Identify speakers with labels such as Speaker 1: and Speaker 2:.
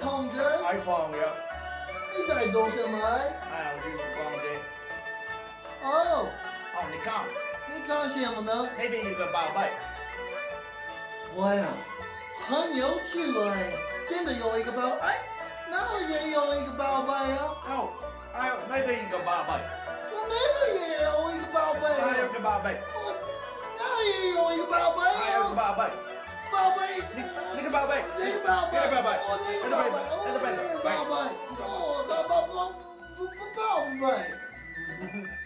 Speaker 1: 同志，
Speaker 2: 二胖了，
Speaker 1: 你在做什么？
Speaker 2: 哎，我就是胖的。
Speaker 1: 哦，
Speaker 2: 哦，你看
Speaker 1: 你干什么呢？
Speaker 2: 那边有个宝贝，
Speaker 1: 我呀，很有趣哎，真的有一个宝哎，那儿也有一个宝贝啊，
Speaker 2: 哦，哎呦，那边有个宝贝，
Speaker 1: 我那边也有一个宝贝
Speaker 2: 那
Speaker 1: 啊
Speaker 2: 有，个宝贝，
Speaker 1: 我那儿也有一个宝贝
Speaker 2: 那有个
Speaker 1: 啊，
Speaker 2: 宝贝，
Speaker 1: 宝贝，
Speaker 2: 你那个宝贝，
Speaker 1: 那个宝贝，
Speaker 2: 那个宝贝，
Speaker 1: 我那个宝贝，我
Speaker 2: 那个
Speaker 1: 那
Speaker 2: 宝贝
Speaker 1: 个
Speaker 2: 那个宝贝
Speaker 1: 宝贝，我的宝宝不不宝贝。